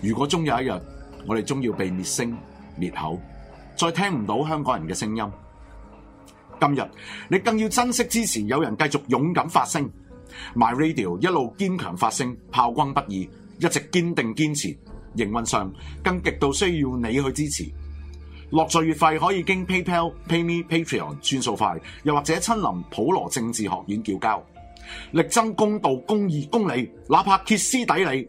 如果終有一日，我哋終要被滅聲滅口，再聽唔到香港人嘅聲音。今日你更要珍惜支持有人繼續勇敢發聲，My Radio 一路堅強發聲，炮轟不已，一直堅定堅持。營運上更極度需要你去支持。落座月費可以經 PayPal、PayMe、Patreon 轉數快，又或者親臨普羅政治學院叫交，力爭公道、公義、公理，哪怕歇斯底里，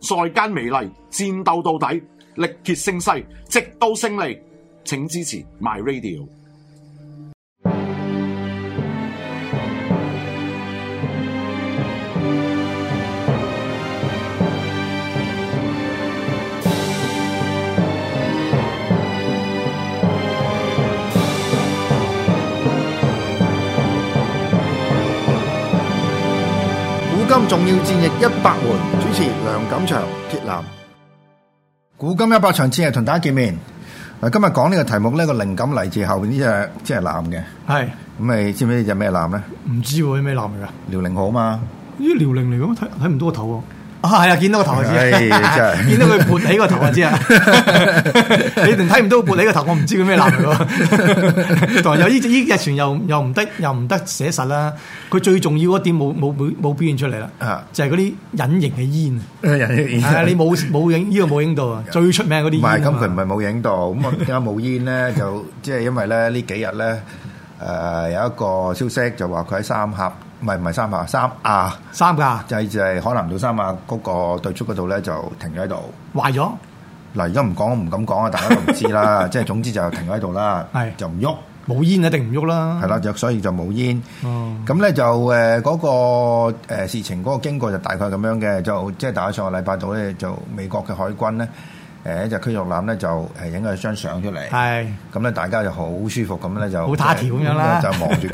在間美利，戰鬥到底，力竭聲勢，直到勝利。請支持 My Radio。古今重要戰役一百回，主持梁錦祥、鐵男。古今一百場戰役同大家見面。嗱，今日講呢個題目呢個靈感嚟自後邊呢只即係艦嘅。 係咁你知唔知呢只咩艦咧？唔知喎，啲咩男嚟噶？遼寧號嘛。咦，遼寧嚟咁睇睇唔到個頭喎。啊，係啊，見到個頭就知，唉真係 見到佢撥起個頭就知啊！ 你一定睇唔到佢撥起個頭，我唔知佢咩男嚟喎。 同埋有呢只呢只船又又唔得又唔得寫實啦。佢最重要嗰點冇冇冇冇表現出嚟啊啦，就係嗰啲隱形嘅 煙人啊！你冇冇影呢個冇影 到啊！最出名嗰啲唔煙係，啊咁佢唔嘛係冇影到，咁啊點解冇煙咧？ 就即係因為咧呢幾日咧，誒有一個消息就話佢喺三峽，唔係唔係三峽，三亞三㗎就係就係海南島三亞嗰個對出嗰度咧就停咗喺度。壞咗，嗱，而家唔講我唔敢講啊，大家都唔知 啦。即係總之就停喺度啦係，就唔喐，冇煙一定唔喐啦。係啦，就所以就冇煙。哦咁咧就誒嗰個呃事情嗰個經過就大概咁樣嘅，就即係大概上個禮拜度咧，就美國嘅海軍咧誒一隻驅逐艦咧就誒影咗張相出嚟。係咁咧，大家就好舒服咁咧，就好他條咁樣啦就望 住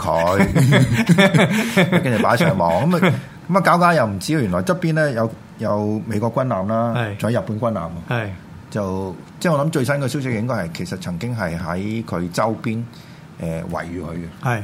佢，跟住擺上網咁啊，咁啊搞搞又唔知，原來側邊咧有有美國軍艦啦，係仲有日本軍艦喎，係就即係我諗最新嘅消息應該係其實曾經係喺佢周邊誒圍住佢嘅，係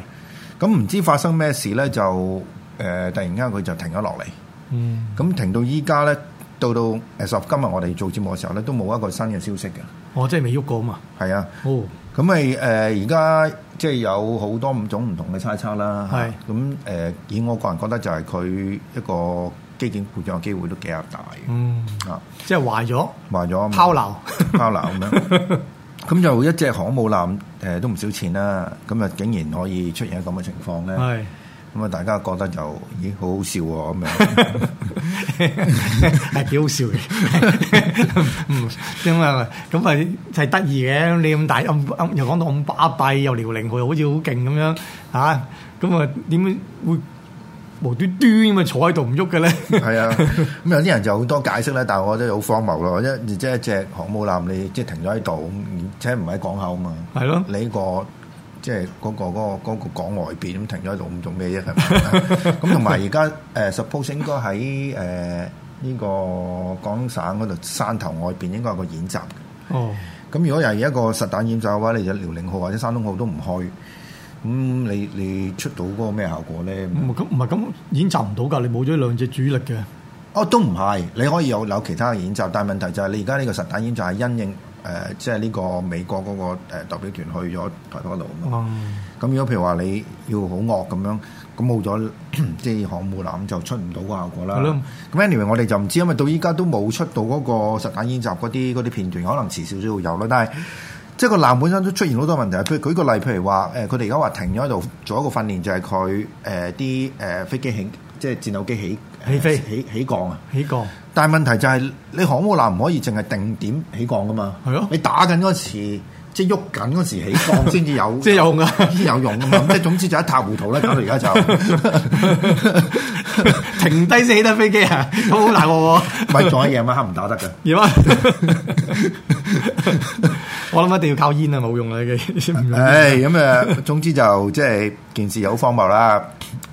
咁唔知發生咩事咧就誒、呃突然間佢就停咗落嚟，嗯咁停到依家咧，到到誒十今日我哋做節目嘅時候咧，都冇一個新嘅消息嘅，我真係未喐過啊嘛。係啊。哦，咁咪誒而家即係有好多五種唔同嘅猜測啦。係咁誒、呃以我個人覺得就係佢一個機件故障嘅機會都幾啊大嘅。嗯，啊，即係壞咗，話咗拋錨，拋錨咁樣。咁就一隻航母艦誒、呃都唔少錢啦。咁啊，竟然可以出現咁嘅情況咧。係咁啊，大家覺得就咦好好笑喎、咁樣。 係幾好笑嘅。嗯，咁啊，咁係係得意嘅。你咁大咁咁又講到咁巴閉，又遼寧號，好似好勁咁樣嚇。咁啊，點會無端端咁啊坐喺度唔喐嘅咧？係啊，咁有啲人就好多解釋咧，但係我覺得好荒謬咯。一即係一隻航母艦，你即係停咗喺度，咁而且唔喺港口啊嘛。係咯你呢個即係嗰個嗰個嗰個港外邊咁停咗喺度，咁做咩啫？係咪？咁同埋而家誒，suppose 應該喺誒呢個廣東省嗰度山頭外邊應該有個演習嘅。哦，咁如果又係一個實彈演習嘅話，你就遼寧號或者山東號都唔去，咁你你出到嗰個咩效果咧？唔係咁唔係咁演習唔到㗎，你冇咗兩隻主力嘅。哦，都唔係，你可以有有其他嘅演習，但係問題就係你而家呢個實彈演習係因應誒、呃即係呢個美國嗰、個、呃、代表團去咗台灣度啊嘛。哦，咁、如果譬如話你要好惡咁樣，咁冇咗 即係航母艦就出唔到個效果係啦咯。咁 anyway，我哋就唔知，因為到依家都冇出到嗰個實彈演習嗰啲嗰啲片段，可能遲少少會有啦。但係即係個艦本身都出現好多問題，譬如舉個例，譬如話誒，佢哋而家話停咗喺度做一個訓練，就係佢誒啲誒飛機起，即係戰鬥機起起飛起起降啊。起 降但係問題就係、你航母艦唔可以淨係定點起降噶嘛？係咯你打緊嗰時，即係喐緊嗰時起降先至有， 即係有用㗎 先有用噶嘛？即係總之就一塌糊塗啦，搞到而家就 停低先起得飛機啊！咁好大鑊喎。咪仲喺夜晚黑唔打得嘅。夜晚，我諗一定要靠煙啊，冇用啦，已經 唔用唉，咁啊，總之就即係件事有荒謬啦。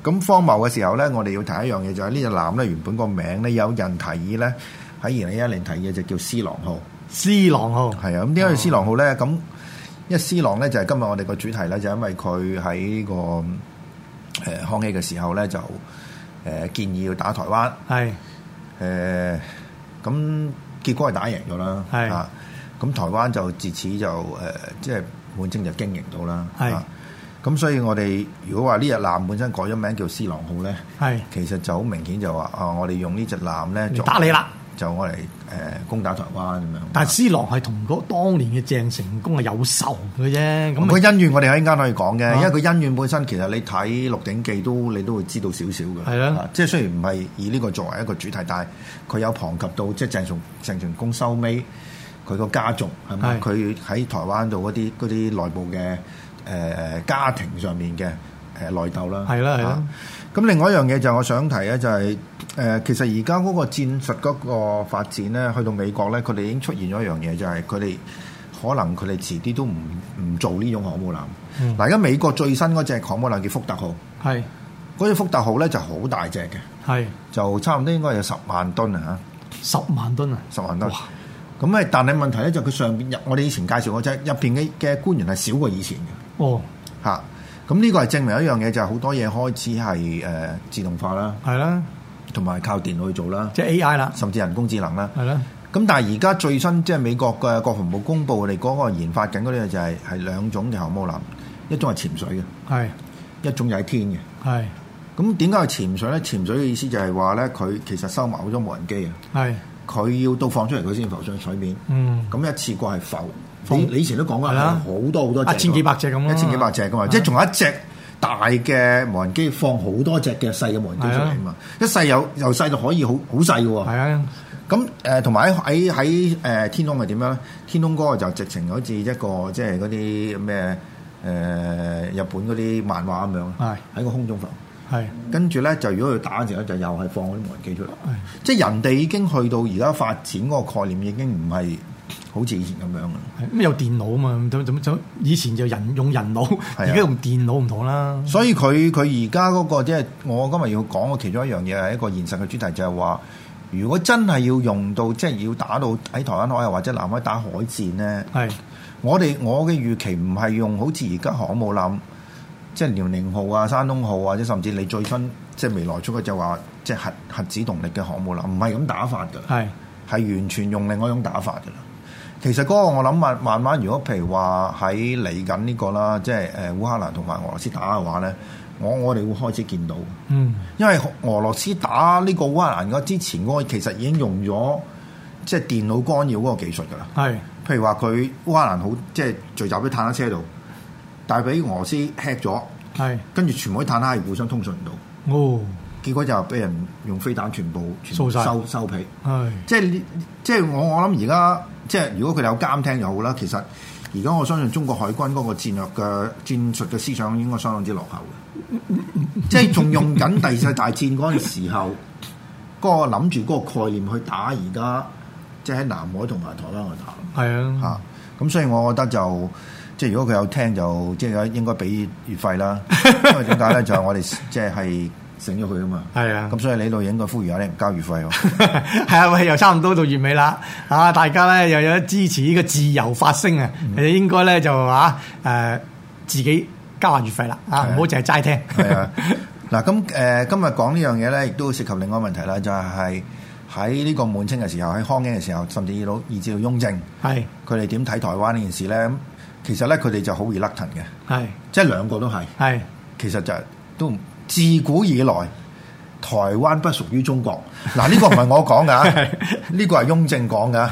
咁荒謬嘅時候咧，我哋要睇一樣嘢就係呢隻艦咧，原本個名咧有人提議咧喺二零一一年提議就叫斯郎號。 C 郎號係啊，咁哦點解叫斯郎號咧？咁一斯郎咧就係今日我哋個主題咧，就因為佢喺呢個誒、呃康熙嘅時候咧，就誒、呃建議要打台灣。係誒咁結果係打贏咗啦。係啊，咁台灣就自此就誒、呃即係滿清就經營到啦。係啊咁所以我哋如果話呢隻艦本身改咗名叫斯郎號咧，係其實就好明顯就話啊，我哋用呢隻艦咧就打你啦，就我嚟誒呃攻打台灣咁樣。但係斯郎係同嗰當年嘅鄭成功係有仇嘅啫，咁咁個咪哦恩怨我哋喺間可以講嘅，啊因為個恩怨本身其實你睇《鹿鼎記》都你都會知道少少嘅。係啦啊即係雖然唔係以呢個作為一個主題，但係佢有旁及到即係鄭成鄭成功收尾佢個家族係咪？係佢喺台灣度嗰啲嗰啲內部嘅誒、呃家庭上面嘅誒內鬥啦。係啦係啦啊咁另外一樣嘢就係我想提咧，就係、呃其實而家嗰個戰術嗰個發展咧，去到美國咧，佢哋已經出現咗一樣嘢，就係佢哋可能佢哋遲啲都唔唔做呢種航母艦。嗯嗱、而家美國最新嗰隻航母艦叫福特號，係嗰隻福特號咧就好大隻嘅，係就差唔多應該有十萬噸啊十萬噸啊，嚇，十萬噸哇。咁誒，但係問題咧就佢上邊入，我哋以前介紹嗰隻入邊嘅嘅官員係少過以前嘅。哦嚇。咁呢個係證明一樣嘢，就係、好多嘢開始係誒、呃自動化啦，係啦，同埋靠電腦去做啦，即係 AI 啦，甚至人工智能啦。係啦，咁但係而家最新即係美國嘅國防部公布，我哋嗰個研發緊嗰啲就係係兩種嘅航母艦，一種係潛水嘅，係一種就喺天嘅。係咁點解係潛水咧？潛水嘅意思就係話咧，佢其實收埋好多無人機啊，係佢要到放出嚟佢先浮上水面。嗯咁一次過係浮。浮你你以前都講過係啦好多好多隻一千幾百隻咁啊啦一千幾百隻噶嘛，即係仲有一隻大嘅無人機放好多隻嘅細嘅無人機出嚟啊嘛，一細又又細到可以好好細嘅喎。係啊，咁誒同埋喺喺喺誒天空係點樣咧？天空嗰個就直情好似一個即係嗰啲咩誒日本嗰啲漫畫咁樣，啊係喺個空中浮。係跟住咧就如果佢打嘅時候呢就又係放嗰啲無人機出嚟。即係人哋已經去到而家發展嗰個概念已經唔係好似以前咁樣啦。係咁有電腦啊嘛，咁咁咁以前就人用人腦，而家用電腦唔同啦，所以佢佢而家嗰個即係我今日要講嘅其中一樣嘢係一個現實嘅主題，就係話如果真係要用到即係要打到喺台灣海又或者南海打海戰咧，係我哋我嘅預期唔係用好似而家航母艦，即係遼寧號啊、山東號啊或者甚至你最新即係未來出嘅就話即係核核子動力嘅航母艦，唔係咁打法㗎啦。係係完全用另外一種打法嘅啦。其實嗰個我諗慢慢慢，如果譬如話喺嚟緊呢個啦，即係誒烏克蘭同埋俄羅斯打嘅話咧，我我哋會開始見到，嗯因為俄羅斯打呢個烏克蘭嗰之前嗰個其實已經用咗即係電腦干擾嗰個技術㗎啦。係譬如話佢烏克蘭好即係聚集喺坦克車度，但係俾俄羅斯 hack 咗，係跟住全部啲坦克係互相通訊唔到，哦結果就俾人用飛彈全部全部掃晒收收皮。係即係呢即係我我諗而家即係如果佢哋有監聽就好啦。其實而家我相信中國海軍嗰個戰略嘅戰術嘅思想應該相當之落後嗯嘅，即係仲用緊第二次大戰嗰陣時候嗰、個諗住嗰個概念去打而家即係喺南海同埋台灣去打。係啊嚇。咁所以我覺得就即係如果佢有聽就即係應該俾月費 啦，因為點解咧就係我哋即係係醒咗佢啊嘛。係啊咁所以你度應該呼籲下你唔交月費喎。 係啊，喂，又差唔多到月尾啦，啊，大家咧又有得支持呢個自由發聲啊，嗯你應該咧就啊誒、自己交下月費啦，啊，係啊唔好淨係齋聽，係啊，嗱咁誒，今日講呢樣嘢咧，亦都涉及另外一個問題啦，就係喺呢個滿清嘅時候，喺康熙嘅時候，甚至到以至到雍正， 係佢哋點睇台灣呢件事咧？咁其實咧，佢哋就好 reluctant 嘅，係即係兩個都係，係其實就係都唔自古以來。台灣不屬於中 國，嗱呢個唔係我講㗎，呢個係雍正講㗎。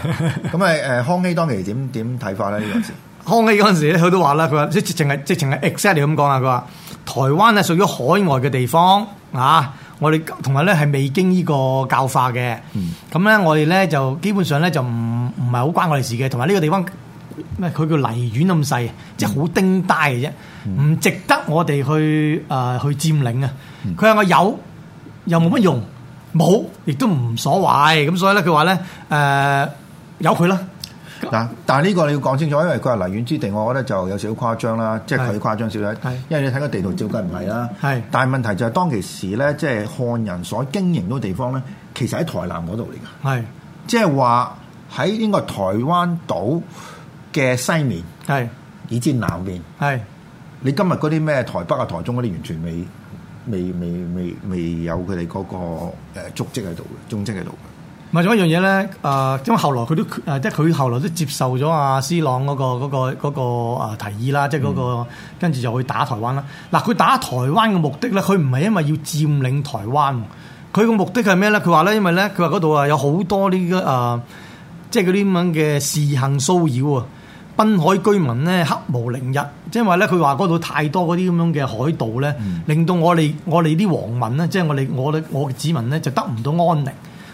咁誒誒，康熙當其時點點睇法咧呢件事？康熙嗰陣時咧，佢都話啦，佢話即係直情係直情係 exactly 咁講啊，佢話台灣係屬於海外嘅地方啊，我哋同埋咧係未經呢個教化嘅，咁咧、我哋咧就基本上咧就唔唔係好關我哋事嘅，同埋呢個地方咩佢叫梨園咁細，即係好丁呆嘅啫，唔值得我哋去誒、呃去佔領啊！佢話我有又冇乜用，冇亦都唔所謂，咁所以咧佢話咧誒由佢啦，嗱，但係呢個你要講清楚，因為佢係黎遠之地，我覺得就有少少誇張啦，即係係佢誇張少少係，因為你睇個地圖照梗唔係啦。係但係問題就係當其時咧，即係漢人所經營嗰個地方咧，其實喺台南嗰度嚟㗎，係即係話喺應該台灣島嘅西面係以至南面，係。你今日嗰啲咩台北啊、台中嗰啲完全未未未未未有佢哋嗰個誒足跡喺度嘅，蹤跡喺度嘅。唔係仲有一樣嘢咧，誒，因為後來佢都誒，即係佢後來都接受咗阿斯朗嗰、個嗰、個嗰、個呃提議啦，即係嗰、個跟住就去打台灣啦。嗱，佢打台灣嘅目的咧，佢唔係因為要佔領台灣喎，佢個目的係咩咧？佢話咧，因為咧，佢話嗰度啊有好多呢個誒，即係嗰啲咁樣嘅事行騷擾啊。濱海居民咧黑無寧日，即係因為咧佢話嗰度太多嗰啲咁樣嘅海盜咧，嗯令到我哋我哋啲皇民咧，即係我哋我哋我嘅子民咧就得唔到安寧。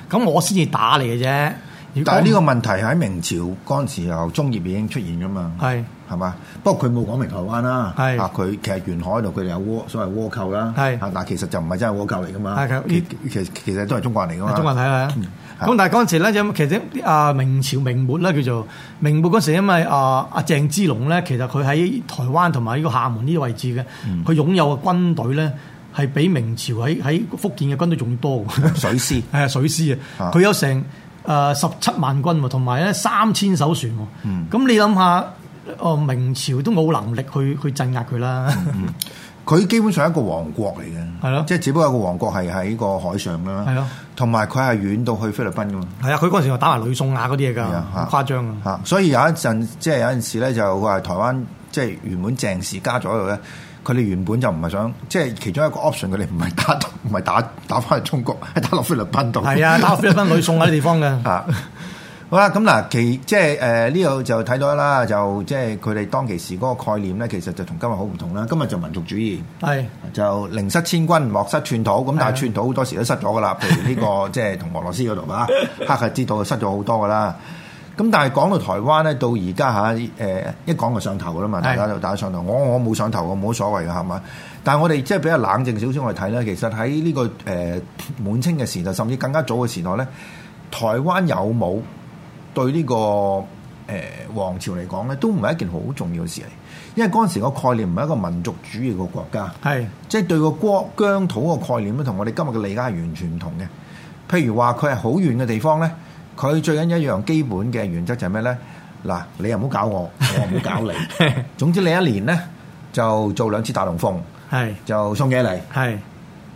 咁我先至打你嘅啫。如果但係呢個問題喺明朝嗰陣時候，中葉已經出現噶嘛，係係嘛？不過佢冇講明台灣啦，係啊佢其實沿海度佢哋有倭所謂倭寇啦，係啊但係其實就唔係真係倭寇嚟噶嘛係，佢其其其實都係中國人嚟噶嘛，啊中國人睇啦。嗯係咁但係嗰陣時咧，就其實啊明朝明末啦叫做明末嗰時，因為啊阿鄭芝龍咧，其實佢喺台灣同埋呢個廈門呢個位置嗯嘅，佢擁有嘅軍隊咧係比明朝喺喺福建嘅軍隊仲多喎。水師係啊，水師啊啊，佢有成誒十七萬軍喎，同埋咧三千艘船喎。咁、嗯你諗下，哦明朝都冇能力去去鎮壓佢啦。嗯佢基本上係一個王國嚟嘅，係咯即係只不過一個王國係喺個海上啦，係咯，同埋佢係遠到去菲律賓噶嘛。 係啊，佢嗰陣時又打埋呂宋亞嗰啲嘢㗎，係啊嚇好誇張啊！嚇，所以有一陣即係有陣時咧，就話台灣即係原本鄭氏家族嗰度咧，佢哋原本就唔係想，即係其中一個 option，佢哋唔係打 唔係打打翻去中國， 係打落菲律賓度。係啊，打菲律賓女送啊啲地方嘅，啊，好啦，咁嗱，其即係誒呢度就睇到啦，就即係佢哋當其時嗰個概念咧，其實就同今日好唔同啦。今日就民族主義。 係就寧失千軍，莫失寸土。咁但係係啊寸土好多時都失咗噶啦，譬如呢、 個即係同俄羅斯嗰度啊， 黑客知道失咗好多噶啦。咁但係講到台灣咧，到而家嚇誒一講就上頭噶啦嘛，係大家就打上頭。我我冇上頭，我冇乜所謂嘅係嘛。但係我哋即係比較冷靜少少，我哋睇咧，其實喺呢、個誒、滿清嘅時代，甚至更加早嘅時代咧，台灣有冇對呢、個誒、皇朝嚟講咧，都唔係一件好重要嘅事嚟，因為嗰陣時個概念唔係一個民族主義嘅國家。係即係對個國疆土個概念咧，同我哋今日嘅理解係完全唔同嘅。譬如話佢係好遠嘅地方咧，佢最緊一樣基本嘅原則就係咩咧？嗱，你又唔好搞我，我唔好搞你。總之你一年咧就做兩次大龍鳳，係就送嘢嚟。係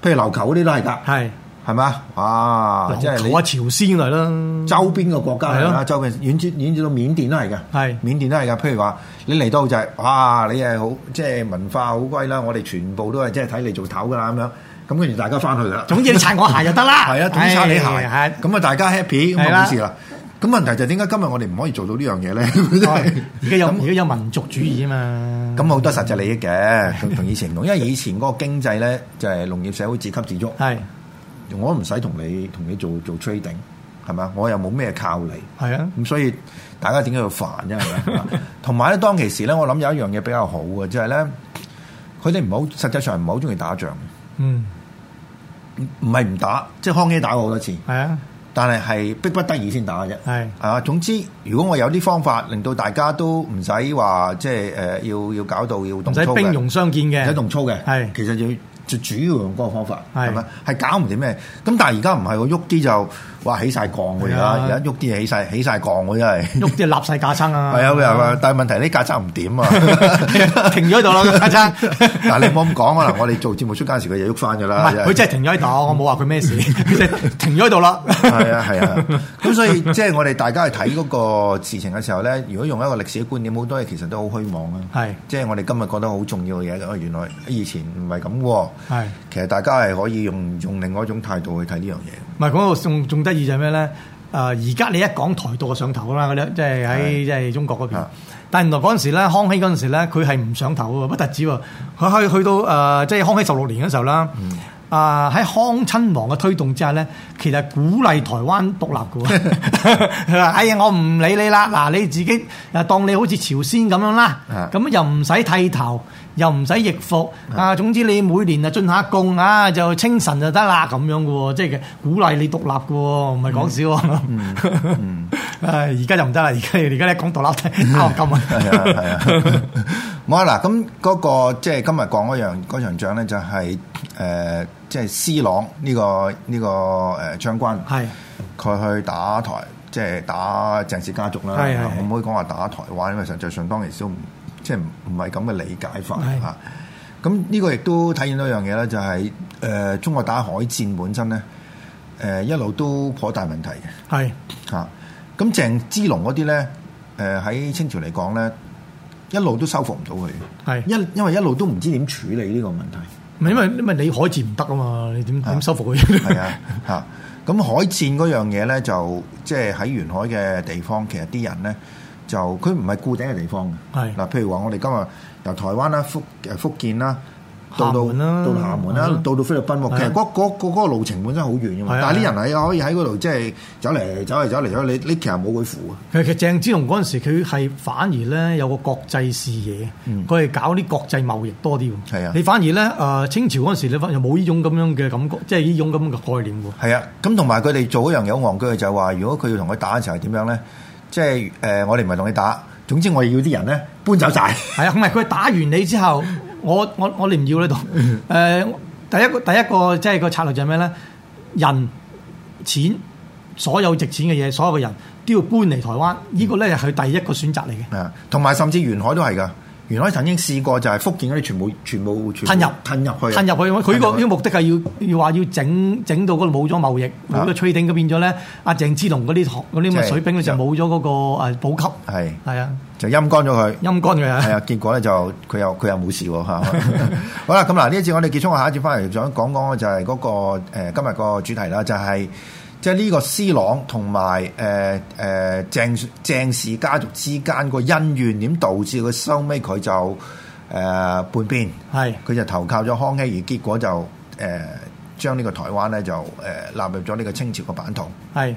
譬如琉球嗰啲都係㗎，係，係嘛？啊，即係留你求啊朝鮮嚟啦，周邊嘅國家係係啦，咯周邊遠至遠至到緬甸都係嘅，係緬甸都係嘅。譬如話你嚟到就係、哇，你係好即係文化好歸啦，我哋全部都係即係睇你做頭㗎啦咁樣，咁跟住大家翻去㗎啦。總之你擦我鞋就得啦，係啊，總之差你係鞋係，咁啊大家 happy 咁係啊啦冇事啦。咁問題就係點解今日我哋唔可以做到呢樣嘢咧？真係而家有咁而家有民族主義啊 嘛，咁好多實際利益嘅，同同以前唔同，因為以前嗰個經濟咧就係農業社會自給自足，係我唔使同你同你做做 trading 係嘛，我又冇咩靠你。係啊，咁所以大家點解要煩啫？係咪 同埋咧，當其時咧，我諗有一樣嘢比較好嘅，就係咧，佢哋唔好實際上唔係好中意打仗，嗯唔係唔打，即係康熙打過好多次，係啊但係係逼不得已先打嘅啫。係啊，總之如果我有啲方法令到大家都唔使話即係誒、呃要要搞到要動粗唔使嘅兵戎相見唔使嘅，動粗嘅，係其實要最主要用嗰個方法，係係咪？係搞唔掂咩？咁但係而家唔係喎，喐啲就哇起晒槓㗎而係家，啊而家喐啲就起晒起晒槓喎真係。喐啲就立晒架撐啊，係啊，係啊，但係問題呢架撐唔掂啊， 停咗喺度啦個架撐 嗱，你唔好咁講，可能我哋做節目出街時，佢就喐翻噶唔啦。係佢真係停咗喺度，我冇話佢咩事， 佢就停咗喺度啦，係嗯啊，係啊。咁所以即係我哋大家去睇嗰個事情嘅時候咧，如果用一個歷史觀點，好多嘢其實都好虛妄啊。係即係我哋今日覺得好重要嘅嘢，哦原來以前唔係咁喎。係。其實大家係可以用用另外一種態度去睇呢樣嘢。唔係嗰個仲仲得意就係咩咧？誒而家你一講台獨就上頭啦，嗰啲即係喺即係中國嗰邊啊。但原來嗰陣時咧，康熙嗰陣時咧，佢係唔上頭喎，啊不特止喎，佢去去到誒、呃即係康熙十六年嗰時候啦。嗯啊！喺康親王嘅推動之下咧，其實鼓勵台灣獨立嘅喎。 佢話：哎呀，我唔理你啦，嗱你自己誒當你好似朝鮮咁樣啦啊，咁又唔使剃頭，又唔使易服，啊總之你每年啊進下貢啊就清晨就得啦咁樣嘅喎，即係鼓勵你獨立嘅喎，唔係講笑喎。 唉而家就唔得啦，而家而家咧 講獨立打我金係啊！啊，係啊，冇啊嗱，咁嗰、個即係今日講嗰樣嗰場仗咧、就係誒即係斯朗呢、個呢、個誒將軍，係佢去打台，即係打鄭氏家族啦。係係我唔可以講話打台灣，因為實際上當其時都唔即係唔唔係咁嘅理解法啊係嚇。咁呢個亦都體現到一樣嘢啦，就係、誒、中國打海戰本身咧，誒、誒一路都頗大問題嘅係嚇。啊咁鄭芝龍嗰啲咧，誒喺清朝嚟講咧，一路都收復唔到佢，係。因因為一路都唔知點處理呢個問題。 唔係因為因為你海字唔得啊嘛，你點啊點收服 佢？係啊，嚇。咁海戰嗰樣嘢咧，就即係喺沿海嘅地方，其實啲人咧就佢唔係固定嘅地方嘅。係嗱，譬如話我哋今日由台灣啦、福誒福建啦。到到廈門啦到廈門係啦啊，到到菲律賓係喎，啊其實嗰嗰嗰嗰個路程本身好遠嘅嘛係，啊但係啲係啊人係可以喺嗰度即係走嚟走嚟走嚟走去，你你其實冇佢扶啊。其實其實鄭芝龍嗰陣時，佢係反而咧有個國際視野，佢係、搞啲國際貿易多啲喎。嗯係啊你反而咧誒、呃清朝嗰陣時，你反又冇呢種咁樣嘅感覺，即係呢種咁嘅概念喎。係啊，咁同埋佢哋做一樣嘢好戇居嘅就係話，如果佢要同佢打嘅時候係點樣咧？即係誒、呃我哋唔係同你打，總之我哋要啲人咧搬走晒。係啊，唔係佢打完你之後，我我我哋唔要呢度。嗯誒、第一個第一個即係個策略就係咩咧？人、錢，所有值錢嘅嘢，所有嘅人都要搬嚟台灣。呢、個咧係佢第一個選擇嚟嘅。啊，同埋甚至沿海都係噶，沿海曾經試過就係福建嗰啲全部全部全部吞入吞入去，啊吞入去，佢個吞呢個目的係要要話要整整到嗰度冇咗貿易，冇咗 trading，咁變咗咧，阿鄭芝龍嗰啲糖嗰啲咁嘅水兵咧即就係冇咗嗰個誒補給，係係啊，就陰乾咗佢。陰乾佢係 啊，啊，結果咧就佢又佢又冇事喎嚇。 好啦，咁嗱呢一節我哋結束，我下一節翻嚟想講講就係嗰、個、呃、今日個主題啦，就係即係呢個斯朗同埋誒誒鄭鄭氏家族之間個恩怨點導致佢收尾佢就誒、呃叛變，係佢就投靠咗康熙，而結果就誒、呃、將呢個台灣咧就誒、呃、納入咗呢個清朝嘅版圖。係。